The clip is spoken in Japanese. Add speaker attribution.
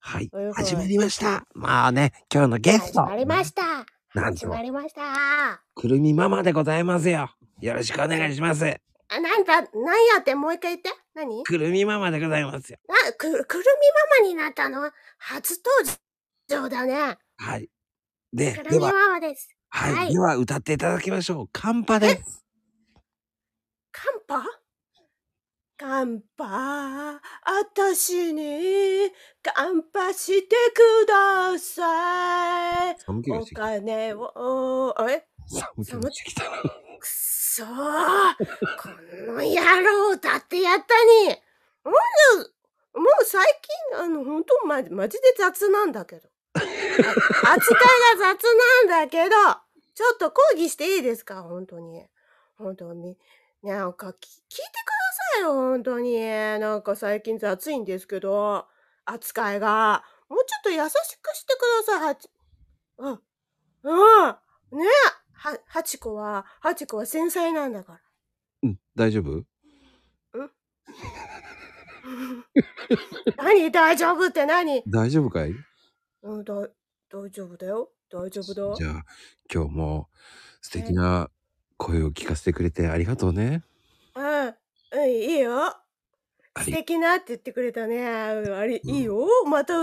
Speaker 1: はい
Speaker 2: という。ことで
Speaker 1: 始まりました。まあね、今日のゲス
Speaker 2: 始
Speaker 1: ト。
Speaker 2: まりました。
Speaker 1: なん
Speaker 2: 始
Speaker 1: と
Speaker 2: まりました。あ、
Speaker 1: くるみママでございますよ。よろしくお願いします。
Speaker 2: なんだ、なんやってもう一回言って。何
Speaker 1: くるみママでございますよ。
Speaker 2: あ、く、くるみママになったの初登場だね。
Speaker 1: はい。で、
Speaker 2: くる
Speaker 1: で
Speaker 2: み
Speaker 1: は、
Speaker 2: ママです。
Speaker 1: はい、
Speaker 2: はい
Speaker 1: では歌っていただきましょう。カンパです。
Speaker 2: カンパカンパ、あたしに、カンパしてください。
Speaker 1: 寒気
Speaker 2: お
Speaker 1: た。
Speaker 2: 金を、え
Speaker 1: 寒気がしてきたな。
Speaker 2: くそーこの野郎だってやったにもう、もう最近、あの、ほんと、ま、マジで雑なんだけど。あ扱いが雑なんだけど、ちょっと抗議していいですか本当に。本当に。なんか、き聞いてくださいよ、本当に。なんか最近雑いんですけど、扱いが。もうちょっと優しくしてください、はち、あ、うん、ねは、ハチコは、ハチコは繊細なんだから。
Speaker 1: うん、大丈夫
Speaker 2: 何大丈夫って何
Speaker 1: 大丈夫かい
Speaker 2: うん、だ、大丈夫だよ。大丈夫だよ。
Speaker 1: じゃあ、今日も素敵な声を聞かせてくれてありがとうね。
Speaker 2: うん、うん、いいよ。
Speaker 1: あ
Speaker 2: 素
Speaker 1: り
Speaker 2: 敵なって言ってくれたね。うんあれ、いいよ。また